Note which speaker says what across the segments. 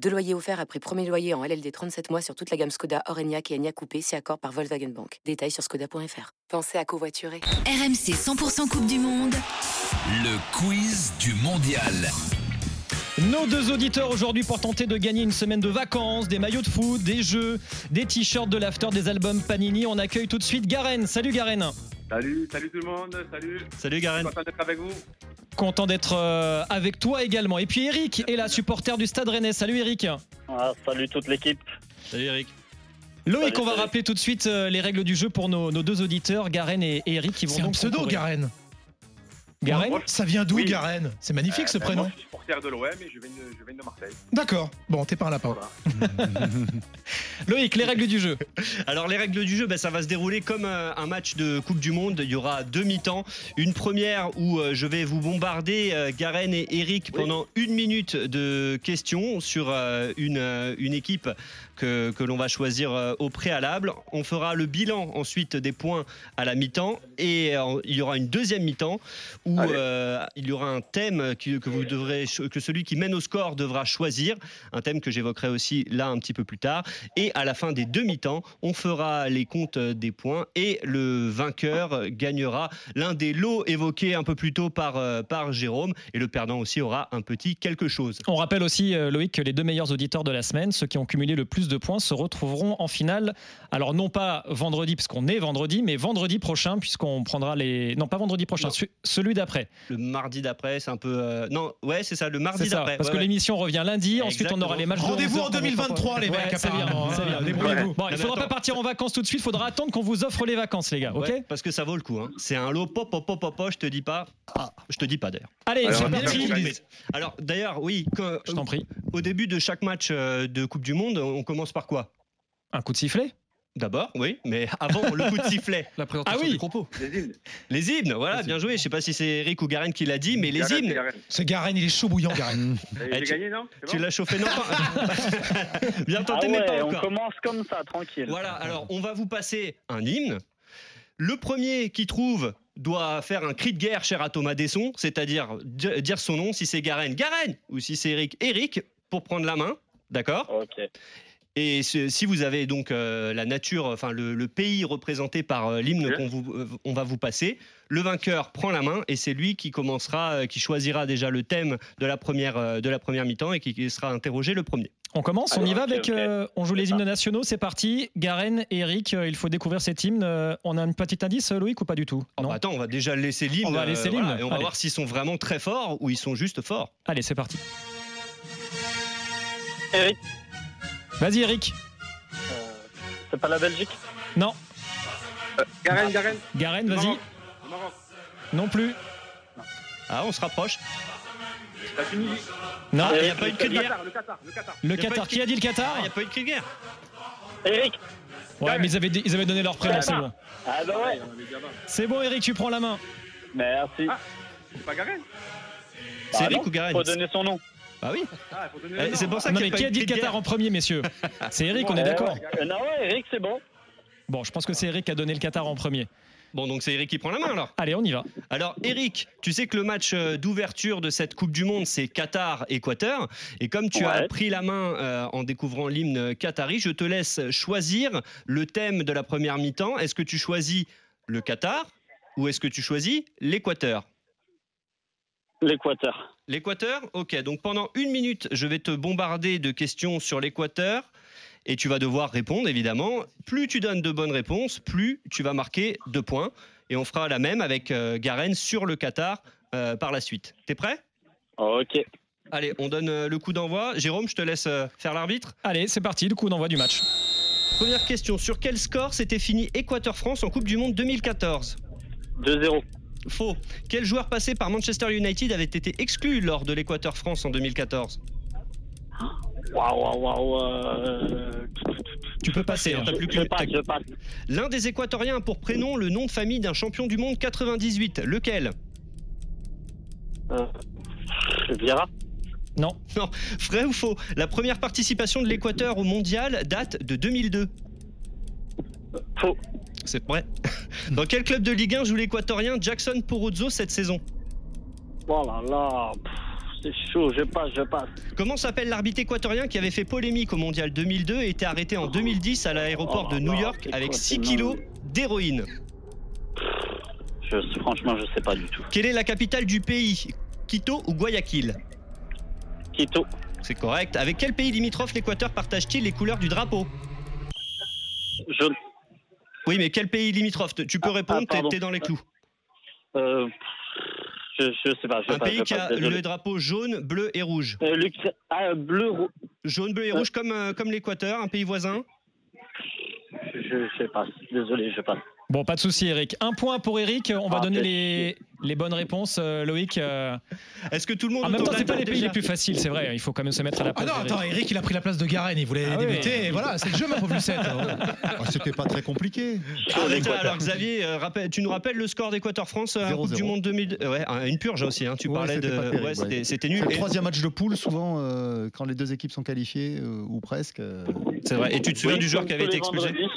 Speaker 1: Deux loyers offerts après premier loyer en LLD 37 mois sur toute la gamme Skoda, Orenia et Enya Coupé, si accord par Volkswagen Bank. Détails sur skoda.fr. Pensez à covoiturer.
Speaker 2: RMC 100% Coupe du Monde.
Speaker 3: Le quiz du mondial.
Speaker 4: Nos deux auditeurs aujourd'hui pour tenter de gagner une semaine de vacances, des maillots de foot, des jeux, des t-shirts de l'after, des albums Panini. On accueille tout de suite Garen. Salut Garen.
Speaker 5: Salut, salut tout le monde, salut.
Speaker 4: Salut Garen.
Speaker 5: Content d'être avec vous.
Speaker 4: Content d'être euh, avec toi également. Et puis Eric est là, supporter du Stade Rennais. Salut Eric.
Speaker 6: Ah, salut toute l'équipe.
Speaker 7: Salut Eric.
Speaker 4: Loïc,
Speaker 6: Salut,
Speaker 4: on va
Speaker 6: salut.
Speaker 4: rappeler tout de suite euh, les règles du jeu pour nos, nos deux auditeurs, Garen et, et Eric, qui vont
Speaker 8: C'est un
Speaker 4: donc
Speaker 8: pseudo,
Speaker 4: concourir.
Speaker 8: Garen.
Speaker 4: Garen,
Speaker 5: Moi,
Speaker 8: Ça vient d'où,
Speaker 5: Oui.
Speaker 8: Garen C'est magnifique ce
Speaker 7: bah,
Speaker 5: Euh, ben,
Speaker 8: prénom.
Speaker 5: Moi, je suis supporter de l'OM et je viens de, je viens de Marseille.
Speaker 8: D'accord. Bon, t'es par là, Paul.
Speaker 4: Loïc, les règles du jeu.
Speaker 7: Alors les règles du jeu, bah, ça va se dérouler comme euh, un match de Coupe du Monde. Il y aura deux mi-temps. Une première où euh, je vais vous bombarder, euh, Garen et Eric, pendant une minute de questions sur euh, une, euh, une équipe que, que l'on va choisir euh, au préalable. On fera le bilan ensuite des points à la mi-temps. Et euh, il y aura une deuxième mi-temps où
Speaker 5: Allez.
Speaker 7: euh, il y aura un thème qui- que, vous devrez, cho- que celui qui mène au score devra choisir. Un thème que j'évoquerai aussi là un petit peu plus tard. Et à la fin des demi-temps, on fera les comptes des points et le vainqueur gagnera l'un des lots évoqués un peu plus tôt par, euh, par Jérôme. Et le perdant aussi aura un petit quelque chose.
Speaker 4: On rappelle aussi, euh, Loïc, que les deux meilleurs auditeurs de la semaine, ceux qui ont cumulé le plus de points, se retrouveront en finale. Alors, non pas vendredi, parce qu'on est vendredi, mais vendredi prochain, puisqu'on prendra les. Non, pas vendredi prochain,
Speaker 7: Non.
Speaker 4: ce- celui d'après.
Speaker 7: Le mardi d'après, c'est un peu. euh, Non, ouais, c'est ça, le
Speaker 4: C'est
Speaker 7: mardi
Speaker 4: ça,
Speaker 7: d'après.
Speaker 4: parce
Speaker 7: ouais,
Speaker 4: que
Speaker 7: ouais.
Speaker 4: l'émission revient lundi, ensuite on aura les matchs. de
Speaker 8: Rendez-vous
Speaker 4: 11 heures
Speaker 8: en
Speaker 4: qu'on reprend
Speaker 8: 2023, les
Speaker 4: pas.
Speaker 8: mecs,
Speaker 4: Ouais, c'est bien,
Speaker 8: apparemment,
Speaker 4: c'est
Speaker 8: hein.
Speaker 4: bien, débrouillez-vous. Bon, il faudra pas partir en vacances tout de suite, faudra attendre qu'on vous offre les vacances, les gars, ok
Speaker 7: Ouais, parce que ça vaut le coup. hein. C'est un lot pop, pop, pop, pop, pop, je te dis pas. Ah, je te dis pas d'ailleurs.
Speaker 4: Allez,
Speaker 5: Alors,
Speaker 4: c'est
Speaker 5: on va
Speaker 4: parti.
Speaker 5: faire une
Speaker 7: Mais- Alors d'ailleurs, oui, que-
Speaker 4: Je t'en prie.
Speaker 7: au début de chaque match euh, de Coupe du Monde, on commence par quoi
Speaker 4: Un coup de sifflet
Speaker 7: D'abord, oui, mais avant le coup de sifflet.
Speaker 9: La présentation
Speaker 4: Ah oui.
Speaker 9: du propos.
Speaker 5: Les îles.
Speaker 7: Les hymnes, voilà,
Speaker 9: Vas-y.
Speaker 7: bien joué. Je sais pas si c'est Eric ou Garen qui l'a dit, mais les
Speaker 5: Garenne,
Speaker 7: hymnes,
Speaker 5: Garenne.
Speaker 8: Ce Garen, il est chaud bouillant, Garen.
Speaker 5: Et
Speaker 7: Eh,
Speaker 5: J'ai
Speaker 7: tu-
Speaker 5: gagné, non C'est
Speaker 7: tu
Speaker 5: bon
Speaker 7: l'as chauffé, non pas- Bien
Speaker 6: Ah
Speaker 7: tenté, mais
Speaker 6: ouais,
Speaker 7: pas
Speaker 6: on
Speaker 7: encore.
Speaker 6: commence comme ça, tranquille.
Speaker 7: Voilà, alors on va vous passer un hymne. Le premier qui trouve doit faire un cri de guerre, cher à Thomas Desson, c'est-à-dire di- dire son nom si c'est Garen, Garen ou si c'est Eric, Eric, pour prendre la main. D'accord
Speaker 6: Ok. Euh,
Speaker 7: Et ce- si vous avez donc euh, la nature, enfin le, le pays représenté par euh, l'hymne
Speaker 5: Ok.
Speaker 7: qu'on vous- euh, on va vous passer, le vainqueur prend la main et c'est lui qui commencera, euh, qui choisira déjà le thème de la première, euh, de la première mi-temps et qui, qui sera interrogé le premier.
Speaker 4: On commence, on
Speaker 6: Alors,
Speaker 4: y va
Speaker 6: ok,
Speaker 4: avec.
Speaker 6: ok.
Speaker 4: euh, on joue
Speaker 6: C'est
Speaker 4: les
Speaker 6: ça.
Speaker 4: hymnes nationaux, c'est parti. Garen, Eric, euh, il faut découvrir cet hymne. Euh, on a un petit indice, euh, Loïc, ou pas du tout
Speaker 7: Oh, bah, attends, on va déjà laisser l'hymne. euh,
Speaker 4: On va laisser l'hymne.
Speaker 7: voilà, et on va
Speaker 4: Allez.
Speaker 7: voir s'ils sont vraiment très forts ou ils sont juste forts.
Speaker 4: Allez, c'est parti.
Speaker 6: Eric,
Speaker 4: Vas-y, Eric.
Speaker 6: euh, c'est pas la Belgique
Speaker 4: Non.
Speaker 5: Garenne, Garenne.
Speaker 4: Garen,
Speaker 5: Le
Speaker 4: vas-y.
Speaker 5: Maroc. Le Maroc.
Speaker 4: Non plus.
Speaker 7: Ah, on se rapproche.
Speaker 5: La Tunisie.
Speaker 4: Non.
Speaker 7: Ah, il n'y a
Speaker 6: Eric,
Speaker 7: pas eu de
Speaker 5: Le
Speaker 7: cri de guerre.
Speaker 5: Qatar, le Qatar, le Qatar.
Speaker 4: Le
Speaker 7: y a pas
Speaker 4: Qatar.
Speaker 7: eu-
Speaker 4: Qui a dit le
Speaker 7: Ah,
Speaker 4: Qatar
Speaker 7: il n'y a pas Ah, eu de cri de guerre.
Speaker 6: Eric
Speaker 4: Ouais, mais ils avaient, dit- ils avaient donné leur prénom, c'est bon.
Speaker 6: Ah bah ouais,
Speaker 5: On avait dit avant.
Speaker 4: C'est bon, Eric, tu prends la main.
Speaker 6: merci.
Speaker 5: Ah, C'est pas Garenne
Speaker 7: C'est
Speaker 6: Bah
Speaker 7: Eric
Speaker 6: non,
Speaker 7: ou Garen
Speaker 6: Faut donner son nom.
Speaker 7: Ah oui.
Speaker 5: Ah, il faut donner
Speaker 7: Eh,
Speaker 5: le nom.
Speaker 7: c'est pour ça
Speaker 4: Non,
Speaker 7: qu'il y
Speaker 4: mais
Speaker 7: a pas
Speaker 4: qui
Speaker 7: eu
Speaker 4: a
Speaker 7: de
Speaker 4: dit
Speaker 7: cri
Speaker 4: le
Speaker 7: de
Speaker 4: Qatar
Speaker 7: guerre.
Speaker 4: en premier, messieurs C'est Eric, on est
Speaker 6: Eh
Speaker 4: d'accord
Speaker 6: ouais, euh, Non ouais, Eric, c'est bon.
Speaker 4: Bon, je pense que c'est Eric qui a donné le Qatar en premier.
Speaker 7: Bon, donc c'est Eric qui prend la main alors.
Speaker 4: Allez, on y va.
Speaker 7: Alors, Eric, tu sais que le match euh, d'ouverture de cette Coupe du Monde, c'est Qatar-Équateur. Et comme tu as
Speaker 6: Ouais.
Speaker 7: pris la main euh, en découvrant l'hymne qatari, je te laisse choisir le thème de la première mi-temps. Est-ce que tu choisis le Qatar ou est-ce que tu choisis l'Équateur
Speaker 6: L'Équateur.
Speaker 7: L'Équateur Ok, donc pendant une minute, je vais te bombarder de questions sur l'Équateur et tu vas devoir répondre, évidemment. Plus tu donnes de bonnes réponses, plus tu vas marquer deux points. Et on fera la même avec euh, Garen sur le Qatar euh, par la suite. T'es prêt
Speaker 6: Ok.
Speaker 7: Allez, on donne euh, le coup d'envoi. Jérôme, je te laisse euh, faire l'arbitre.
Speaker 4: Allez, c'est parti, le coup d'envoi du match.
Speaker 7: Première question, sur quel score s'était fini Équateur-France en Coupe du Monde 2014
Speaker 6: 2-0.
Speaker 7: Faux. Quel joueur passé par Manchester United avait été exclu lors de l'Équateur-France en 2014
Speaker 6: Waouh, waouh, waouh. euh,
Speaker 4: Tu peux passer. hein.
Speaker 6: Je,
Speaker 7: T'as plus que-
Speaker 6: je passe, je passe.
Speaker 7: L'un des Équatoriens a pour prénom le nom de famille d'un champion du monde 98. Lequel
Speaker 6: Euh, Vieira
Speaker 4: Non.
Speaker 7: Vrai ou faux La première participation de l'Équateur au mondial date de 2002.
Speaker 6: Faux.
Speaker 7: C'est vrai. Dans quel club de Ligue 1 joue l'Équatorien Jackson Porozzo cette saison
Speaker 6: Oh là là, pff, c'est chaud, je passe, je passe.
Speaker 7: Comment s'appelle l'arbitre équatorien qui avait fait polémique au mondial 2002 et était arrêté en 2010 à l'aéroport
Speaker 6: Oh
Speaker 7: de
Speaker 6: là
Speaker 7: New
Speaker 6: là,
Speaker 7: York
Speaker 6: c'est
Speaker 7: avec
Speaker 6: quoi
Speaker 7: 6
Speaker 6: ce
Speaker 7: kilos
Speaker 6: nom
Speaker 7: d'héroïne
Speaker 6: Je, franchement, je sais pas du tout.
Speaker 7: Quelle est la capitale du pays Quito ou Guayaquil
Speaker 6: Quito,
Speaker 7: C'est correct. Avec quel pays limitrophe l'Équateur partage-t-il les couleurs du drapeau
Speaker 6: je.
Speaker 7: Oui, mais quel pays limitrophe Tu peux
Speaker 6: Ah, ah,
Speaker 7: répondre, t'es-
Speaker 6: pardon.
Speaker 7: t'es dans les clous.
Speaker 6: Euh, pff, je, je sais pas, je
Speaker 7: Un
Speaker 6: passe,
Speaker 7: pays
Speaker 6: je
Speaker 7: qui
Speaker 6: passe,
Speaker 7: a
Speaker 6: désolé.
Speaker 7: le drapeau jaune, bleu et rouge.
Speaker 6: Euh, Lux- Ah, bleu, rou-
Speaker 7: Jaune, bleu et
Speaker 6: Euh.
Speaker 7: rouge comme, euh, comme l'Équateur, un pays voisin.
Speaker 6: je, je passe, désolé, je passe.
Speaker 4: Bon, pas de souci, Eric. Un point pour Eric. On va
Speaker 6: Ah,
Speaker 4: donner
Speaker 6: ok.
Speaker 4: les, les bonnes réponses, euh, Loïc. euh.
Speaker 7: Est-ce que tout le monde.
Speaker 4: En même temps,
Speaker 7: autour de
Speaker 4: c'est
Speaker 7: la
Speaker 4: pas les
Speaker 7: table
Speaker 4: pays
Speaker 7: déjà
Speaker 4: les plus faciles, c'est vrai. Il faut quand même se mettre à la
Speaker 8: Ah
Speaker 4: place.
Speaker 8: non,
Speaker 4: d'Eric.
Speaker 8: attends, Eric, il a pris la place de Garen, il voulait
Speaker 4: Ah oui.
Speaker 8: débuter. et voilà, c'est le jeu, ma pauvre Lucette. hein.
Speaker 9: Ah, C'était pas très compliqué.
Speaker 7: Ah,
Speaker 6: Chaud,
Speaker 7: Arrête,
Speaker 6: l'Équateur.
Speaker 7: alors Xavier, euh, rappelle- tu nous rappelles le score d'Équateur-France à la
Speaker 9: 0-0.
Speaker 7: Coupe du Monde 2000 euh, Ouais, un- une purge aussi. hein, tu
Speaker 9: Ouais,
Speaker 7: parlais
Speaker 9: c'était
Speaker 7: de.
Speaker 9: pas terrible,
Speaker 7: ouais, c'était
Speaker 9: ouais.
Speaker 7: c'était
Speaker 9: C'est
Speaker 7: nul.
Speaker 9: le
Speaker 7: Et-
Speaker 9: troisième match de poule, souvent, euh, quand les deux équipes sont qualifiées, euh, ou presque. euh,
Speaker 7: C'est vrai. Et tu te souviens
Speaker 6: Oui,
Speaker 7: du joueur
Speaker 6: comme
Speaker 7: qui avait
Speaker 6: tous
Speaker 7: été
Speaker 6: les
Speaker 7: expulsé
Speaker 6: vendredis,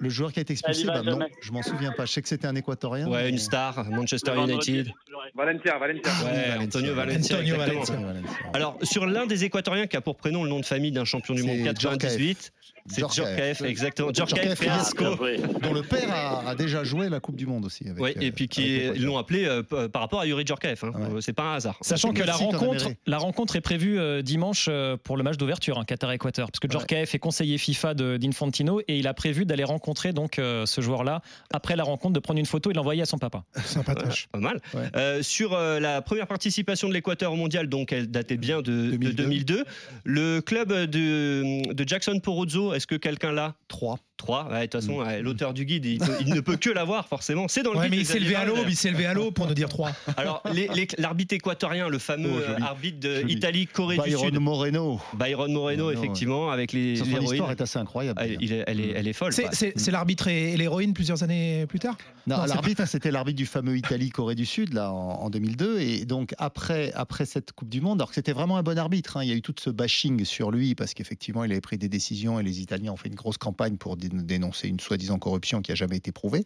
Speaker 9: le joueur qui a été expulsé,
Speaker 6: Elle y va
Speaker 9: bah, non,
Speaker 6: jamais.
Speaker 9: je m'en souviens pas. Je sais que c'était un Équatorien.
Speaker 7: Ouais, une
Speaker 9: mais-
Speaker 7: star, Manchester
Speaker 6: le vendredi,
Speaker 7: United.
Speaker 5: Valencia, Valencia.
Speaker 7: Ah, Ouais,
Speaker 9: Valencia.
Speaker 7: Antonio Valencia.
Speaker 8: Antonio
Speaker 7: exactement.
Speaker 8: Valencia.
Speaker 9: Antonio Valencia.
Speaker 7: Alors, sur l'un des Équatoriens qui a pour prénom le nom de famille d'un champion du
Speaker 9: C'est
Speaker 7: monde
Speaker 9: Djorkaeff.
Speaker 7: 98, c'est
Speaker 9: Djorkaeff.
Speaker 7: Djorkaeff, exactement. Djorkaeff
Speaker 9: Djorkaeff
Speaker 7: Fiasco.
Speaker 6: bien joué.
Speaker 9: dont le père a, a déjà joué la Coupe du Monde aussi. Avec,
Speaker 7: Ouais,
Speaker 9: euh,
Speaker 7: et puis qui
Speaker 9: avec
Speaker 7: est-
Speaker 9: l'Équateur.
Speaker 7: ils l'ont appelé euh, p- par rapport à Yuri Djorkaeff. hein.
Speaker 9: Ouais.
Speaker 7: Euh, C'est pas un hasard.
Speaker 4: Sachant que la
Speaker 9: Mexique en
Speaker 4: rencontre,
Speaker 9: Amérique.
Speaker 4: la rencontre est prévue euh, dimanche euh, pour le match d'ouverture, hein, Qatar-Équateur, parce que
Speaker 9: Ouais.
Speaker 4: Djorkaeff est conseiller FIFA de- d'Infantino et il a prévu d'aller rencontrer donc euh, ce joueur-là après la rencontre, de prendre une photo et de l'envoyer à son papa.
Speaker 8: Sympatoche.
Speaker 7: Pas mal.
Speaker 9: Ouais.
Speaker 7: Euh, sur euh, la première participation de l'Équateur au mondial, donc elle datait bien de de 2002.
Speaker 9: 2002.
Speaker 7: Le club de, de Jackson Porozzo, est-ce que quelqu'un l'a
Speaker 9: 3.
Speaker 7: 3 De toute façon, ouais, l'auteur du guide, il, peut- il ne peut que l'avoir forcément. C'est dans le
Speaker 8: Ouais,
Speaker 7: guide
Speaker 8: mais
Speaker 7: des
Speaker 8: il s'est levé à
Speaker 7: animaux,
Speaker 8: l'aube, il s'est levé à l'aube pour nous dire 3.
Speaker 7: Alors, les- les- l'arbitre équatorien, le fameux
Speaker 9: Oh, joli.
Speaker 7: euh, arbitre de
Speaker 9: Joli.
Speaker 7: Italie, Corée du
Speaker 9: Byron
Speaker 7: Sud,
Speaker 9: Moreno.
Speaker 7: Byron Moreno,
Speaker 9: Moreno, ouais.
Speaker 7: effectivement, avec les
Speaker 9: Sur son histoire
Speaker 7: l'héroïne.
Speaker 9: est assez incroyable.
Speaker 7: Ah, il est- elle, est, elle est folle.
Speaker 8: C'est
Speaker 7: quoi.
Speaker 8: c'est- c'est l'arbitre et et l'héroïne plusieurs années plus tard
Speaker 9: Non,
Speaker 8: Non, c'est
Speaker 9: l'arbitre, c'était l'arbitre du fameux Italie-Corée du Sud, là, en, en 2002. Et donc, après, après cette Coupe du Monde, alors que c'était vraiment un bon arbitre, hein, il y a eu tout ce bashing sur lui, parce qu'effectivement, il avait pris des décisions et les Italiens ont fait une grosse campagne pour dé- dénoncer une soi-disant corruption qui n'a jamais été prouvée.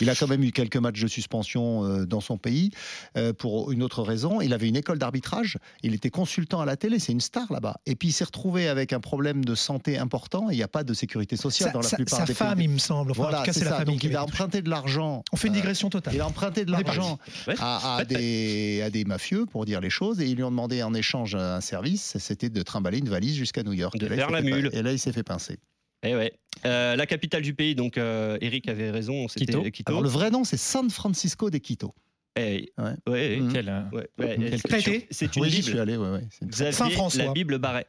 Speaker 9: Il a quand même eu quelques matchs de suspension euh, dans son pays euh, pour une autre raison. Il avait une école d'arbitrage, il était consultant à la télé, c'est une star là-bas. Et puis, il s'est retrouvé avec un problème de santé important et il n'y a pas de sécurité sociale
Speaker 8: Sa,
Speaker 9: dans la
Speaker 8: sa-
Speaker 9: plupart
Speaker 8: sa
Speaker 9: des
Speaker 8: femme,
Speaker 9: pays.
Speaker 8: il me semble. Enfin, en
Speaker 9: Voilà,
Speaker 8: tout cas,
Speaker 9: c'est
Speaker 8: c'est la
Speaker 9: ça.
Speaker 8: famille
Speaker 9: Donc,
Speaker 8: qui
Speaker 9: il a
Speaker 8: l'avait touché.
Speaker 9: emprunté de l'argent.
Speaker 8: On fait une
Speaker 9: euh,
Speaker 8: digression totale.
Speaker 9: il a emprunté de
Speaker 8: On est
Speaker 9: l'argent
Speaker 7: Ouais.
Speaker 9: à, à Ah, des, à des mafieux pour dire les choses et ils lui ont demandé en échange un service, c'était de trimballer une valise jusqu'à New York.
Speaker 7: De
Speaker 9: et là, il
Speaker 7: faire
Speaker 9: s'est
Speaker 7: la
Speaker 9: fait pin-
Speaker 7: mule.
Speaker 9: Et là, il s'est fait pincer.
Speaker 7: Eh ouais. Euh, la capitale du pays, donc euh, Eric avait raison, c'était
Speaker 4: Quito.
Speaker 7: Quito.
Speaker 9: Alors, Ah le vrai nom, c'est San Francisco de Quito.
Speaker 7: Eh,
Speaker 9: Ouais.
Speaker 7: ouais,
Speaker 9: Mhm.
Speaker 4: Quel, euh,
Speaker 7: ouais, ouais,
Speaker 9: Mhm.
Speaker 7: c'est-
Speaker 8: T'as été
Speaker 7: C'est une
Speaker 9: oui, j'y suis
Speaker 7: Bible.
Speaker 9: allé, ouais, ouais. C'est une-
Speaker 7: Xavier,
Speaker 8: Saint-François.
Speaker 7: la Bible barret.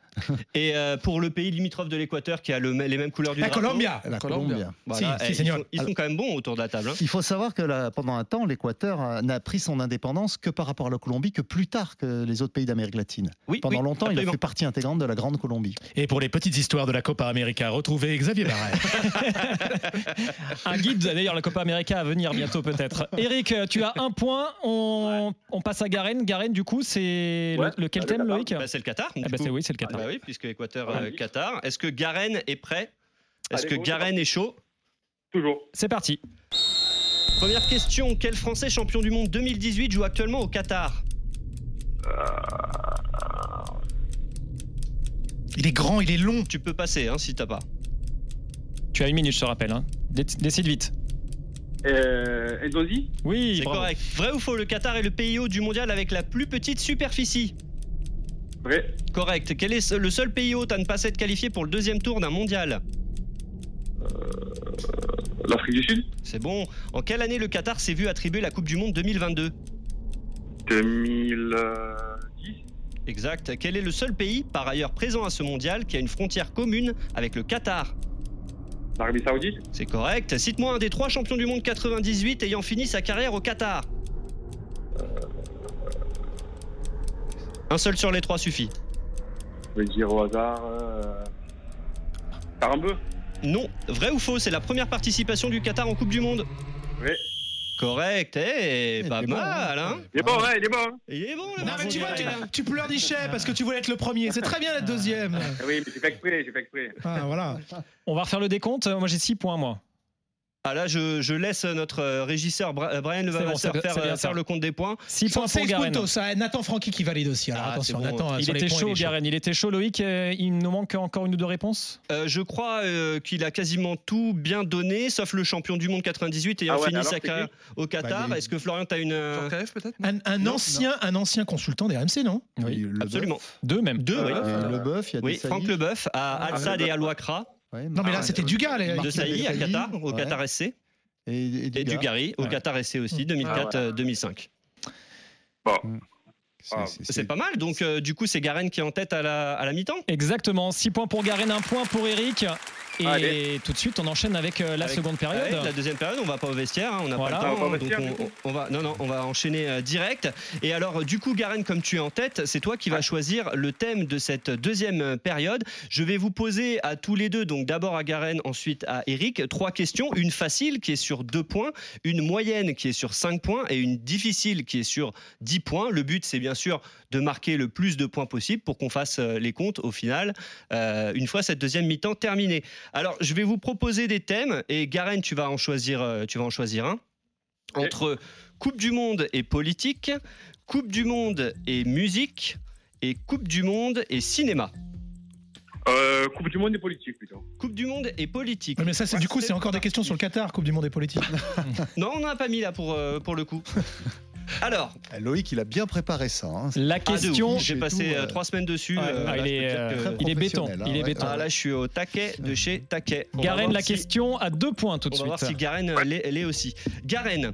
Speaker 7: Et euh, pour le pays limitrophe de l'Équateur qui a le, les mêmes couleurs du
Speaker 8: La
Speaker 7: drapeau,
Speaker 4: Ah,
Speaker 8: Colombia
Speaker 9: La
Speaker 8: Colombia.
Speaker 9: Colombia.
Speaker 7: voilà,
Speaker 8: Si,
Speaker 7: eh,
Speaker 8: si,
Speaker 7: ils,
Speaker 8: señor.
Speaker 7: sont, ils sont quand même bons autour de la table. hein.
Speaker 9: Il faut savoir que là, pendant un temps, l'Équateur euh, n'a pris son indépendance que par rapport à la Colombie, que plus tard que les autres pays d'Amérique latine.
Speaker 7: Oui,
Speaker 9: Pendant
Speaker 7: oui,
Speaker 9: longtemps, il
Speaker 7: absolument.
Speaker 9: a fait partie intégrante de la Grande Colombie.
Speaker 8: Et pour les petites histoires de la Copa América, retrouvez Xavier Barret.
Speaker 4: Un guide d'ailleurs la Copa América à venir bientôt peut-être. Eric, tu as un point. On, on passe à Garen. Garen, du coup, c'est le-
Speaker 5: Ouais,
Speaker 4: lequel
Speaker 5: le
Speaker 4: thème,
Speaker 5: Qatar.
Speaker 4: Loïc
Speaker 7: Bah, c'est le Qatar. du
Speaker 4: Ah bah,
Speaker 7: coup.
Speaker 4: c'est oui, c'est le
Speaker 7: Ah
Speaker 4: Qatar. Ah,
Speaker 7: bah oui, puisque Équateur,
Speaker 5: Voilà.
Speaker 7: euh, Qatar. Est-ce que Garen est prêt Est-ce
Speaker 5: Allez,
Speaker 7: que
Speaker 5: go,
Speaker 7: Garen est chaud
Speaker 5: Toujours.
Speaker 4: C'est parti.
Speaker 7: Première question quel Français champion du monde 2018 joue actuellement au Qatar
Speaker 8: Il est grand, il est long.
Speaker 7: Tu peux passer hein, si t'as pas.
Speaker 4: Tu as une minute, je te rappelle. hein. Dé- Décide vite.
Speaker 5: Euh, Ndozi
Speaker 4: Oui,
Speaker 7: C'est
Speaker 4: bravo.
Speaker 7: correct. Vrai ou faux Le Qatar est le pays haut du mondial avec la plus petite superficie.
Speaker 5: Vrai.
Speaker 7: Correct. Quel est le seul pays hôte à ne pas s'être qualifié pour le deuxième tour d'un mondial
Speaker 5: L'Afrique du Sud
Speaker 7: C'est bon. En quelle année le Qatar s'est vu attribuer la Coupe du Monde 2022
Speaker 5: euh, 2010
Speaker 7: Exact. Quel est le seul pays, par ailleurs présent à ce mondial, qui a une frontière commune avec le Qatar
Speaker 5: L'Arabie Saoudite
Speaker 7: C'est correct. Cite-moi un des trois champions du monde 98 ayant fini sa carrière au Qatar. Un seul sur les trois suffit.
Speaker 5: Je vais dire au hasard. Euh... Carambeu
Speaker 7: Non. Vrai ou faux C'est la première participation du Qatar en Coupe du Monde
Speaker 5: Vrai.
Speaker 7: Correct. Eh,
Speaker 9: Eh,
Speaker 7: pas
Speaker 9: il est bon,
Speaker 7: mal, hein
Speaker 5: Il est bon, ouais, il est bon. hein.
Speaker 7: Il est bon, le
Speaker 8: Non, mais
Speaker 7: Brésilien.
Speaker 8: Ah, tu vois, tu, tu pleurnichais parce que tu voulais être le premier. C'est très bien d'être deuxième.
Speaker 5: Ah Oui, mais j'ai fait exprès, j'ai fait exprès.
Speaker 8: Ah, voilà.
Speaker 4: On va refaire le décompte. Moi, j'ai 6 points, moi.
Speaker 7: Ah là, je, je laisse notre euh, régisseur Bra- euh, Brian Levavasseur
Speaker 4: c'est-
Speaker 7: faire,
Speaker 4: c'est bien
Speaker 7: euh,
Speaker 4: ça.
Speaker 7: faire le compte des points.
Speaker 4: 6 points pour
Speaker 8: 116
Speaker 4: Garen.
Speaker 8: puntos. Ah, Nathan Francky qui valide aussi. Alors
Speaker 7: Ah,
Speaker 8: attention,
Speaker 7: c'est bon.
Speaker 8: Nathan, euh,
Speaker 4: Il
Speaker 8: sur les
Speaker 4: était
Speaker 8: points,
Speaker 4: chaud,
Speaker 8: il est
Speaker 4: Garen. Il était chaud, Loïc. Euh, Il nous manque encore une ou deux réponses.
Speaker 7: Euh, je crois euh, qu'il a quasiment tout bien donné, sauf le champion du monde 98 ayant
Speaker 5: Ah ouais,
Speaker 7: fini
Speaker 5: alors
Speaker 7: sa
Speaker 5: c'est qui
Speaker 7: carrière au Qatar.
Speaker 9: Bah, les-
Speaker 7: Est-ce que Florian, t'as une. euh,
Speaker 10: KF peut-être non
Speaker 8: Un, un
Speaker 7: Non,
Speaker 8: ancien, un ancien consultant des RMC, non
Speaker 4: Oui,
Speaker 9: Le
Speaker 7: Absolument.
Speaker 4: Deux, même.
Speaker 7: Deux, Ah oui.
Speaker 9: Bœuf,
Speaker 5: Euh,
Speaker 9: Le bœuf, il y a
Speaker 7: Oui,
Speaker 9: Desailly.
Speaker 7: Franck Leboeuf à
Speaker 10: Ah,
Speaker 7: Al Sadd
Speaker 5: Leboeuf.
Speaker 7: et à Ouakra.
Speaker 9: Ouais,
Speaker 8: Non, mais là,
Speaker 9: Marc-
Speaker 8: c'était Dugas. les-
Speaker 9: Marc-
Speaker 7: De Sailly à
Speaker 9: Desailly,
Speaker 7: Qatar, au
Speaker 9: ouais.
Speaker 7: Qatar SC.
Speaker 9: Et, et
Speaker 7: Et
Speaker 9: Dugas.
Speaker 7: Dugarry au
Speaker 8: Ouais.
Speaker 7: Qatar SC aussi,
Speaker 5: Ah
Speaker 7: euh, 2004-2005.
Speaker 9: C'est- c'est-
Speaker 7: C'est pas mal. Donc, euh, du coup, c'est Garen qui est en tête à la, à la mi-temps.
Speaker 4: Exactement. 6 points pour Garen, 1 point pour Eric. Et
Speaker 5: Allez.
Speaker 4: tout de suite, on enchaîne avec euh, la
Speaker 7: Avec-
Speaker 4: seconde période.
Speaker 7: Ouais, la deuxième période, on va pas au vestiaire, hein, on n'a
Speaker 4: Voilà.
Speaker 7: pas le
Speaker 5: On va
Speaker 7: temps,
Speaker 5: pas au
Speaker 7: hein, donc
Speaker 5: vestiaire,
Speaker 7: on-
Speaker 5: du coup.
Speaker 7: on, va, non, non, on va enchaîner euh, direct. Et alors, euh, du coup, Garen, comme tu es en tête, c'est toi qui vas choisir le thème de cette deuxième euh, période. Je vais vous poser à tous les deux, donc d'abord à Garen, ensuite à Eric, trois questions une facile qui est sur deux points, une moyenne qui est sur cinq points et une difficile qui est sur 10 points. Le but, c'est bien sûr de marquer le plus de points possible pour qu'on fasse euh, les comptes au final, euh, une fois cette deuxième mi-temps terminée. Alors, je vais vous proposer des thèmes et Garen, tu vas en choisir, euh, tu vas en choisir un.
Speaker 5: Ok.
Speaker 7: Entre Coupe du Monde et politique, Coupe du Monde et musique, et Coupe du Monde et cinéma.
Speaker 5: Euh, coupe du monde des politiques plutôt.
Speaker 7: Coupe du Monde et politique.
Speaker 8: Ouais, mais ça, c'est du coup, c'est encore des questions sur le Qatar, Coupe du Monde et politique.
Speaker 7: Non, on n'en a pas mis là pour, euh, pour le coup. Alors,
Speaker 9: Ah, Loïc, il a bien préparé ça. hein. C'est-
Speaker 4: La
Speaker 7: ah, de
Speaker 4: question.
Speaker 7: ouf, j'ai
Speaker 9: j'ai
Speaker 7: passé
Speaker 9: tout,
Speaker 7: euh,
Speaker 9: euh,
Speaker 7: trois semaines dessus.
Speaker 4: Ouais,
Speaker 7: euh,
Speaker 4: ah,
Speaker 7: là,
Speaker 4: il,
Speaker 7: je peux
Speaker 4: est,
Speaker 7: te dire
Speaker 4: euh,
Speaker 7: que-
Speaker 4: il est béton.
Speaker 9: professionnel, hein,
Speaker 4: Il est
Speaker 9: ouais.
Speaker 4: béton.
Speaker 7: Ah là, je suis au taquet de chez taquet. On va
Speaker 4: Garen,
Speaker 7: voir
Speaker 4: la
Speaker 7: si-
Speaker 4: question à deux points tout de
Speaker 7: On va
Speaker 4: suite. hein.
Speaker 7: voir si Garen euh, l'est l'est aussi. Garen,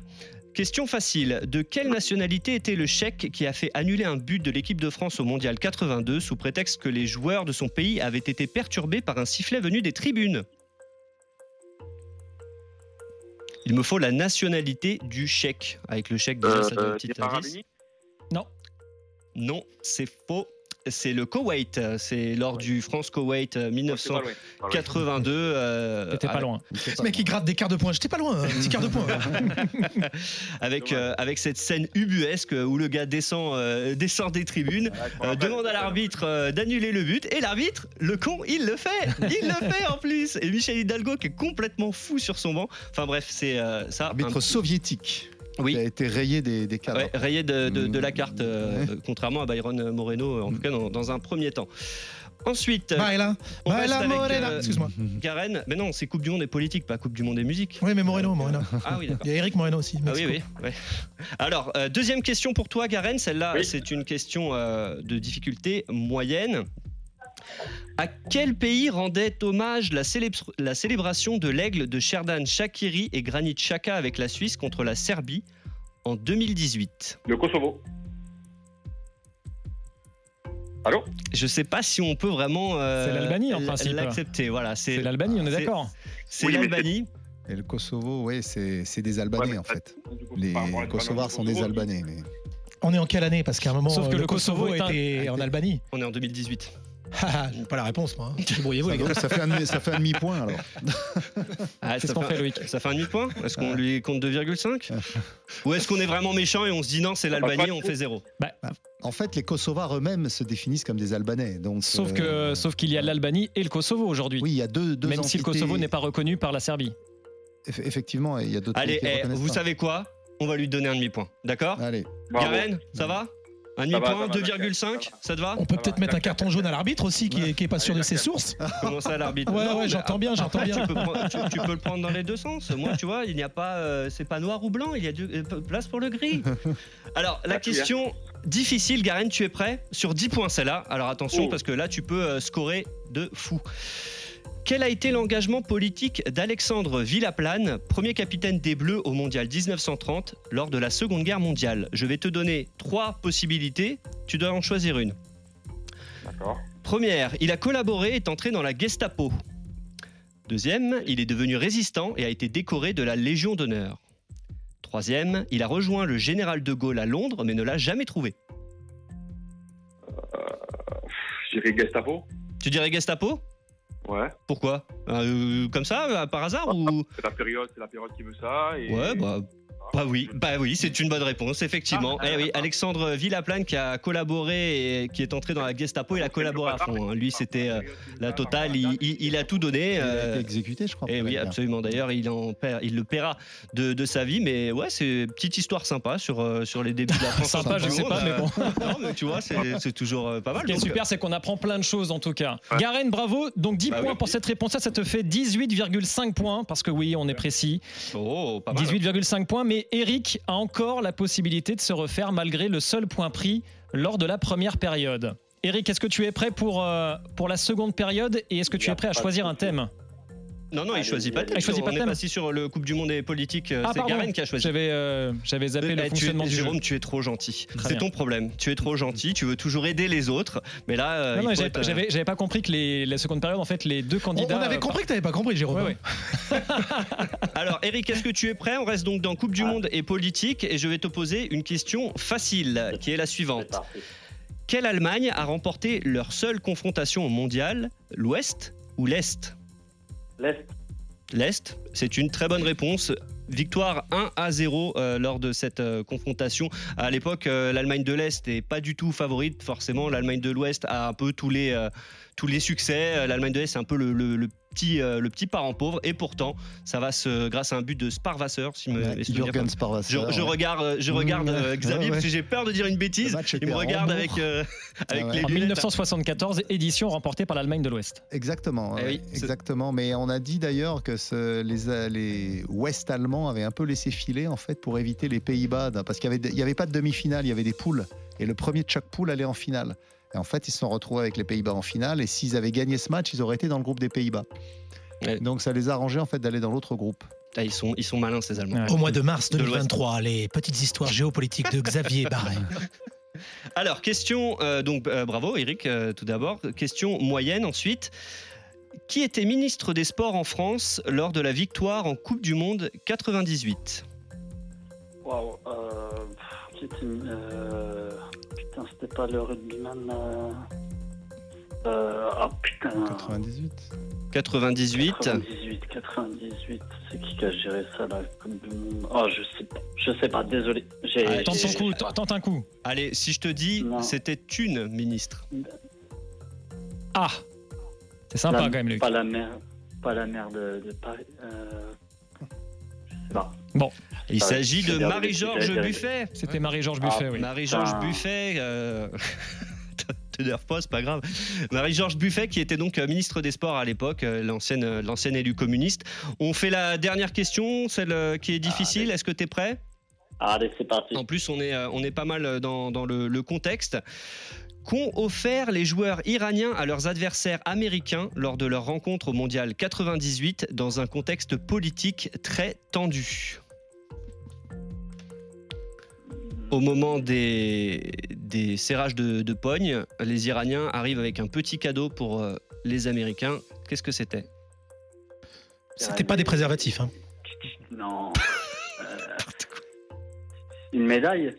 Speaker 7: question facile. De quelle nationalité était le chèque qui a fait annuler un but de l'équipe de France au Mondial 82 sous prétexte que les joueurs de son pays avaient été perturbés par un sifflet venu des tribunes Il me faut la nationalité du chèque. Avec le chèque, déjà, ça donne un
Speaker 5: Euh,
Speaker 7: petit
Speaker 5: des
Speaker 7: indice.
Speaker 5: Arabes Unis
Speaker 7: Non, c'est faux. C'est le Koweït. C'est lors du France-Koweït
Speaker 5: Ouais,
Speaker 7: euh,
Speaker 5: c'est pas
Speaker 7: 1982.
Speaker 5: loin. Pas loin.
Speaker 7: euh,
Speaker 4: T'étais pas
Speaker 7: avec-
Speaker 4: loin.
Speaker 8: Ce mec, il gratte des quarts de points. J'étais pas loin, hein. un petit quart de point.
Speaker 7: avec,
Speaker 5: Dommage.
Speaker 7: euh, avec cette scène ubuesque où le gars descend, euh, descend des tribunes,
Speaker 5: Ouais, je me
Speaker 7: euh,
Speaker 5: rappelle.
Speaker 7: demande à l'arbitre euh, d'annuler le but, et l'arbitre, le con, il le fait Il le fait en plus Et Michel Hidalgo qui est complètement fou sur son banc. Enfin bref, c'est euh, ça.
Speaker 9: Arbitre
Speaker 7: Un-
Speaker 9: soviétique.
Speaker 7: Oui.
Speaker 9: Il a été rayé des, des cadres.
Speaker 7: Ouais, rayé de, de- de la carte, euh,
Speaker 9: Mmh. Ouais.
Speaker 7: euh, contrairement à Byron Moreno, en tout cas dans, dans un premier temps. Ensuite,
Speaker 8: Bah, là.
Speaker 7: on
Speaker 8: Bah,
Speaker 7: reste
Speaker 8: là,
Speaker 7: avec,
Speaker 8: Morena.
Speaker 7: euh,
Speaker 8: Excuse-moi.
Speaker 7: Garen, mais non, c'est Coupe du Monde et politique, pas Coupe du Monde et musique.
Speaker 8: Oui, mais Moreno, Moreno.
Speaker 7: Ah oui, d'accord.
Speaker 8: Il y a Eric Moreno aussi.
Speaker 7: Ah oui,
Speaker 8: Mexico.
Speaker 7: oui. ouais. Alors, euh, deuxième question pour toi, Garen. Celle-là,
Speaker 5: Oui.
Speaker 7: c'est une question euh, de difficulté moyenne. À quel pays rendait hommage la, célébr- la célébration de l'aigle de Sherdan Shakiri et Granit Xhaka avec la Suisse contre la Serbie en 2018
Speaker 5: Le Kosovo. Allô
Speaker 7: Je ne sais pas si on peut vraiment euh,
Speaker 4: C'est l'Albanie, en
Speaker 7: l-
Speaker 4: principe.
Speaker 7: l'accepter. Voilà,
Speaker 4: C'est
Speaker 7: c'est
Speaker 4: l'Albanie, on est
Speaker 7: c'est-
Speaker 4: d'accord.
Speaker 7: c'est
Speaker 5: Oui, mais c'est-
Speaker 7: l'Albanie.
Speaker 9: Et le Kosovo, ouais, c'est c'est des Albanais
Speaker 5: Ouais, mais-
Speaker 9: en fait.
Speaker 5: Du coup,
Speaker 9: Les
Speaker 5: par rapport à la-
Speaker 9: Kosovars sont des
Speaker 5: Kosovo,
Speaker 9: Albanais. mais-
Speaker 8: On est en quelle année Parce qu'à un moment,
Speaker 4: Sauf que
Speaker 8: euh,
Speaker 4: le Kosovo est un-
Speaker 8: était en Albanie.
Speaker 7: On est en 2018.
Speaker 8: Ah, ah, J'ai pas la réponse, moi. hein. Débrouillez-vous,
Speaker 9: Ça,
Speaker 8: les gars.
Speaker 9: donc, ça fait un demi- ça fait un demi-point alors.
Speaker 7: Ah,
Speaker 4: Qu'est-ce
Speaker 7: ça
Speaker 4: qu'on fait, Loïc
Speaker 7: Ça fait un demi-point Est-ce qu'on lui compte 2,5 Ou est-ce qu'on est vraiment méchant et on se dit non, c'est l'Albanie, on fait zéro
Speaker 9: En fait, les Kosovars eux-mêmes se définissent comme des Albanais. Donc,
Speaker 4: Sauf
Speaker 9: euh,
Speaker 4: que, sauf qu'il y a l'Albanie et le Kosovo aujourd'hui.
Speaker 9: oui, il y a deux, deux
Speaker 4: Même si le
Speaker 9: entités-
Speaker 4: Kosovo n'est pas reconnu par la Serbie.
Speaker 9: Eff- Effectivement, il y a d'autres.
Speaker 7: Allez,
Speaker 9: pays qui
Speaker 7: eh,
Speaker 9: reconnaissent
Speaker 7: vous
Speaker 9: pas.
Speaker 7: savez quoi On va lui donner un demi-point. D'accord
Speaker 9: Allez,
Speaker 5: Bravo.
Speaker 7: Garen, ça va Un
Speaker 5: Ça va, ça
Speaker 7: demi-point,
Speaker 5: va,
Speaker 7: 2,5,
Speaker 5: d'accord.
Speaker 7: ça te va
Speaker 8: On peut peut-être mettre un carton jaune à l'arbitre aussi, qui est, qui est pas sûr de ses sources.
Speaker 7: Comment ça, l'arbitre
Speaker 8: Ouais,
Speaker 7: Non,
Speaker 8: ouais,
Speaker 7: mais
Speaker 8: j'entends bien, j'entends
Speaker 7: après,
Speaker 8: bien.
Speaker 7: Tu peux, prendre- tu- tu peux le prendre dans les deux sens. Moi, tu vois, il n'y a pas, euh, c'est pas noir ou blanc. Il y a du- euh, place pour le gris. Alors, la
Speaker 5: Ah, tu
Speaker 7: question difficile, Garen, tu es prêt Sur 10 points, celle-là. Alors attention,
Speaker 5: Oh.
Speaker 7: parce que là, tu peux euh, scorer de fou. Quel a été l'engagement politique d'Alexandre Villaplane, premier capitaine des Bleus au Mondial 1930, lors de la Seconde Guerre mondiale Je vais te donner trois possibilités, tu dois en choisir une.
Speaker 5: D'accord.
Speaker 7: Première, il a collaboré et est entré dans la Gestapo. Deuxième, il est devenu résistant et a été décoré de la Légion d'honneur. Troisième, il a rejoint le général de Gaulle à Londres mais ne l'a jamais trouvé.
Speaker 5: Je dirais Gestapo.
Speaker 7: Tu dirais Gestapo
Speaker 5: Ouais.
Speaker 7: Pourquoi Euh, Comme ça, par hasard ou
Speaker 5: C'est la période, c'est la période qui veut ça. Et... Ah,
Speaker 7: Ouais, bah. Bah oui, bah oui, c'est une bonne réponse, effectivement. Eh oui, Alexandre Villaplane qui a collaboré et qui est entré dans la Gestapo,
Speaker 5: Ah,
Speaker 7: il a collaboré à fond. hein. Lui, c'était euh, la totale, il, il- il a tout donné.
Speaker 9: Il a été
Speaker 7: euh,
Speaker 9: exécuté, je crois.
Speaker 7: Et
Speaker 9: pour
Speaker 7: oui,
Speaker 9: la guerre.
Speaker 7: absolument. D'ailleurs, il en perd- il le paiera de, de sa vie. Mais ouais, c'est une petite histoire sympa sur euh, sur les débuts de la France.
Speaker 4: Sympa, je sais pas, mais bon.
Speaker 7: non, mais tu vois, c'est c'est toujours euh, pas mal.
Speaker 4: Ce qui est
Speaker 7: donc.
Speaker 4: super, c'est qu'on apprend plein de choses en tout cas. Garen, bravo. Donc 10
Speaker 7: Bah,
Speaker 4: points
Speaker 7: merci.
Speaker 4: pour cette réponse. Ça, ça te fait 18,5 points parce que oui, on est précis.
Speaker 7: Oh, pas mal.
Speaker 4: 18,5 points. Mais Eric a encore la possibilité de se refaire malgré le seul point pris lors de la première période. Eric, est-ce que tu es prêt pour, euh, pour la seconde période et est-ce que
Speaker 5: Il y
Speaker 4: tu
Speaker 5: a
Speaker 4: es prêt à
Speaker 5: pas de
Speaker 4: choisir un
Speaker 5: souci.
Speaker 7: Bah,
Speaker 4: thème
Speaker 7: Non, non, il
Speaker 5: Allez,
Speaker 7: choisit pas. de
Speaker 5: allez.
Speaker 4: Il choisit pas de
Speaker 7: On est
Speaker 4: thème.
Speaker 7: passé sur le Coupe du Monde et politique. euh,
Speaker 4: Ah,
Speaker 7: C'est
Speaker 4: pardon.
Speaker 7: Garen qui a choisi.
Speaker 4: J'avais euh, j'avais zappé le
Speaker 7: Eh, tu es-
Speaker 4: fonctionnement du jeu.
Speaker 7: Jérôme, tu es trop gentil.
Speaker 4: Très
Speaker 7: C'est
Speaker 4: bien.
Speaker 7: ton problème. Tu es trop gentil. Tu veux toujours aider les autres, mais là, euh,
Speaker 4: Non,
Speaker 7: il
Speaker 4: non,
Speaker 7: faut
Speaker 4: j'avais
Speaker 7: être,
Speaker 4: pas-
Speaker 7: euh,
Speaker 4: j'avais j'avais pas compris que les, la seconde période, en fait, les deux
Speaker 8: On,
Speaker 4: candidats.
Speaker 8: on avait
Speaker 4: euh,
Speaker 8: compris que t'avais pas compris, Jérôme.
Speaker 4: Ouais, ouais.
Speaker 7: Alors Eric, est-ce que tu es prêt On reste donc dans
Speaker 4: Ah.
Speaker 7: Coupe du Monde et politique et je vais te poser une question facile qui est la
Speaker 6: C'est
Speaker 7: suivante.
Speaker 6: parti.
Speaker 7: Quelle Allemagne a remporté leur seule confrontation mondiale L'Ouest ou l'Est
Speaker 6: L'Est,
Speaker 7: L'Est, c'est une très bonne réponse. Victoire 1 à 0 euh, lors de cette euh, confrontation. À l'époque, euh, l'Allemagne de l'Est n'est pas du tout favorite, forcément. L'Allemagne de l'Ouest a un peu tous les, euh, tous les succès. Euh, L'Allemagne de l'Est, c'est un peu le, le- le petit, euh, le petit parent pauvre. Et pourtant, ça va se, grâce à un but de Sparvasser, si me mes Euh, souvenirs
Speaker 9: Jürgen
Speaker 7: je,
Speaker 9: Sparwasser.
Speaker 7: je regarde, euh, je regarde
Speaker 9: Mmh,
Speaker 7: euh,
Speaker 9: ouais,
Speaker 7: Xavier
Speaker 9: ouais.
Speaker 7: parce que j'ai peur de dire une bêtise.
Speaker 9: match
Speaker 7: Il
Speaker 9: était
Speaker 7: me
Speaker 9: à
Speaker 7: regarde
Speaker 9: Hambourg.
Speaker 7: avec, euh, avec
Speaker 9: Ah ouais.
Speaker 7: les
Speaker 4: En
Speaker 7: lunettes.
Speaker 4: 1974, édition remportée par l'Allemagne de l'Ouest.
Speaker 9: Exactement,
Speaker 7: Eh
Speaker 9: ouais,
Speaker 7: oui, c'est-
Speaker 9: exactement. Mais on a dit d'ailleurs que ce- les, les Ouest-Allemands avaient un peu laissé filer en fait pour éviter les Pays-Bas, d'un- parce qu'il n'y avait, il y avait pas de demi-finale, il y avait des poules, et le premier de chaque poule allait en finale. Et en fait, ils se sont retrouvés avec les Pays-Bas en finale, et s'ils avaient gagné ce match, ils auraient été dans le groupe des Pays-Bas.
Speaker 7: Ouais.
Speaker 9: Donc ça les a arrangés en fait d'aller dans l'autre groupe.
Speaker 7: Ah, ils, sont, ils sont malins ces Allemands.
Speaker 4: Ouais.
Speaker 8: Au mois de mars
Speaker 7: De l'Ouest.
Speaker 8: 2023, les petites histoires géopolitiques de Xavier Barret.
Speaker 7: Alors, question, euh, donc euh, bravo Eric euh, tout d'abord. Question moyenne ensuite. Qui était ministre des Sports en France lors de la victoire en Coupe du Monde 98
Speaker 6: waouh, euh, pff, qui était, euh, putain, c'était pas le rugbyman. Euh, euh, oh putain.
Speaker 9: 98.
Speaker 7: 98
Speaker 6: 98, 98, c'est qui qui a géré ça là comme du monde Oh, je sais pas, je sais pas, désolé. J'ai-
Speaker 7: Ah,
Speaker 4: Tente ton
Speaker 6: j'ai-
Speaker 4: coup, t- tente un coup.
Speaker 7: Allez, si je te dis,
Speaker 6: Non.
Speaker 7: c'était une ministre.
Speaker 4: Ah C'est sympa
Speaker 6: La-
Speaker 4: quand même, Luc.
Speaker 6: Pas la mer, pas la mer de, de Paris. euh, je sais pas.
Speaker 7: Il
Speaker 6: Ah,
Speaker 7: s'agit
Speaker 6: je
Speaker 7: de
Speaker 6: suis perdu,
Speaker 7: Marie-Georges
Speaker 6: j'allais dire-
Speaker 7: Buffet.
Speaker 4: C'était Marie-Georges Buffet, oui.
Speaker 7: Marie-Georges
Speaker 6: Ah.
Speaker 7: Buffet. euh, t'énerve pas, c'est pas grave. Marie-Georges Buffet, qui était donc euh, ministre des Sports à l'époque, euh, l'ancienne, euh, l'ancienne élue communiste. On fait la dernière question, celle euh, qui est difficile. Est-ce que t'es prêt
Speaker 6: Allez, c'est parti.
Speaker 7: En plus, on est, euh, on est pas mal dans, dans le, le contexte. Qu'ont offert les joueurs iraniens à leurs adversaires américains lors de leur rencontre au Mondial 98 dans un contexte politique très tendu Au moment des, des serrages de, de pogne, les Iraniens arrivent avec un petit cadeau pour euh, les Américains. Qu'est-ce que c'était
Speaker 8: C'était pas des préservatifs. hein.
Speaker 6: Non. Euh, une médaille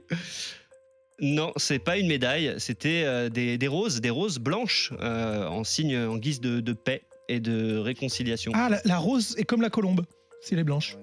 Speaker 7: Non, c'est pas une médaille, c'était euh, des, des roses, des roses blanches euh, en signe, en guise de, de paix et de réconciliation.
Speaker 8: Ah, la, la rose est comme la colombe. C'est les blanches,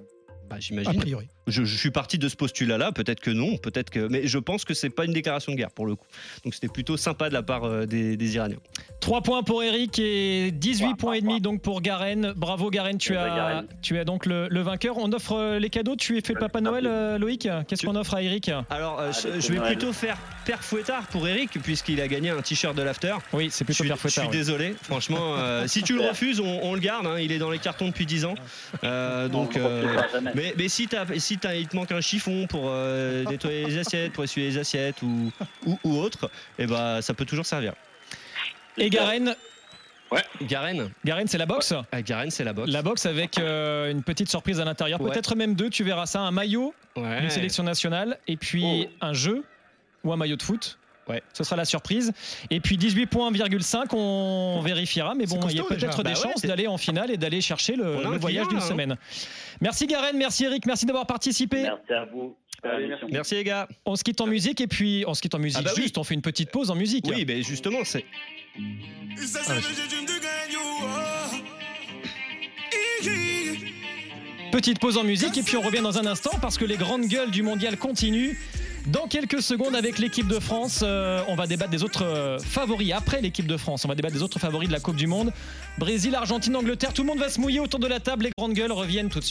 Speaker 7: Bah,
Speaker 8: a
Speaker 4: Ah,
Speaker 7: J'imagine.
Speaker 8: priori.
Speaker 7: Je, je suis parti de ce postulat-là, peut-être que non, peut-être que, mais je pense que c'est pas une déclaration de guerre pour le coup. Donc c'était plutôt sympa de la part euh, des, des Iraniens.
Speaker 4: 3 points pour Eric et 18
Speaker 6: Trois,
Speaker 4: points et
Speaker 6: trois,
Speaker 4: demi donc pour Garen. Bravo Garen, tu
Speaker 6: Eh ben,
Speaker 4: as,
Speaker 6: Garen.
Speaker 4: tu es donc le, le vainqueur. On offre euh, les cadeaux. Tu es fait le Papa Noël, euh, Loïc Qu'est-ce
Speaker 7: Tu-
Speaker 4: qu'on offre à Eric
Speaker 7: Alors euh, je,
Speaker 6: Allez,
Speaker 7: je
Speaker 6: c'est
Speaker 7: vais
Speaker 6: Noël.
Speaker 7: plutôt faire père fouettard pour Eric puisqu'il a gagné un t-shirt de l'after.
Speaker 4: Oui, c'est
Speaker 7: Je
Speaker 4: plutôt
Speaker 7: suis,
Speaker 4: Pierre
Speaker 7: je suis
Speaker 4: Fouettard. oui.
Speaker 7: désolé, franchement, euh, si tu le refuses, on, on le garde. hein, il est dans les cartons depuis 10 ans. Euh, donc,
Speaker 6: On le
Speaker 7: euh,
Speaker 6: refusera jamais.
Speaker 7: Mais, mais si, t'as- si t'as- il te manque un chiffon pour euh, nettoyer les assiettes, pour essuyer les assiettes ou, ou, ou autre, et bah, ça peut toujours servir.
Speaker 4: Et Garen,
Speaker 7: Garen,
Speaker 4: Garen c'est la boxe
Speaker 7: Ah, Garen c'est la boxe.
Speaker 4: La boxe avec euh, une petite surprise à l'intérieur.
Speaker 7: Ouais.
Speaker 4: Peut-être même deux, tu verras ça. Un maillot
Speaker 7: Ouais. Oh.
Speaker 4: d'une sélection nationale et puis un jeu ou un maillot de foot.
Speaker 7: Ouais.
Speaker 4: Ce sera la surprise. Et puis 18 points, 1,5, on vérifiera. Mais
Speaker 8: C'est
Speaker 4: bon, il y a
Speaker 8: costaud, déjà.
Speaker 4: peut-être des
Speaker 7: Bah ouais,
Speaker 4: chances
Speaker 7: c'est-
Speaker 4: d'aller en finale et d'aller chercher
Speaker 7: On a
Speaker 4: le,
Speaker 7: un
Speaker 4: le voyage
Speaker 7: client,
Speaker 4: d'une
Speaker 7: là, hein.
Speaker 4: semaine. Merci Garen, merci Eric, merci d'avoir participé.
Speaker 6: Merci à vous. Super
Speaker 5: Allez,
Speaker 6: émission.
Speaker 7: Merci les gars.
Speaker 4: On se quitte en musique et puis on se quitte en musique.
Speaker 7: Ah bah oui.
Speaker 4: Juste, on fait une petite pause en musique.
Speaker 7: Oui, mais justement, c'est.
Speaker 10: Isso é cerveja de um de ganho. oh.
Speaker 4: Petite pause en musique et puis on revient dans un instant parce que les grandes gueules du mondial continuent. Dans quelques secondes avec l'équipe de France, euh, on va débattre des autres euh, favoris. Après l'équipe de France, on va débattre des autres favoris de la Coupe du Monde. Brésil, Argentine, Angleterre, tout le monde va se mouiller autour de la table. Les grandes gueules reviennent tout de suite.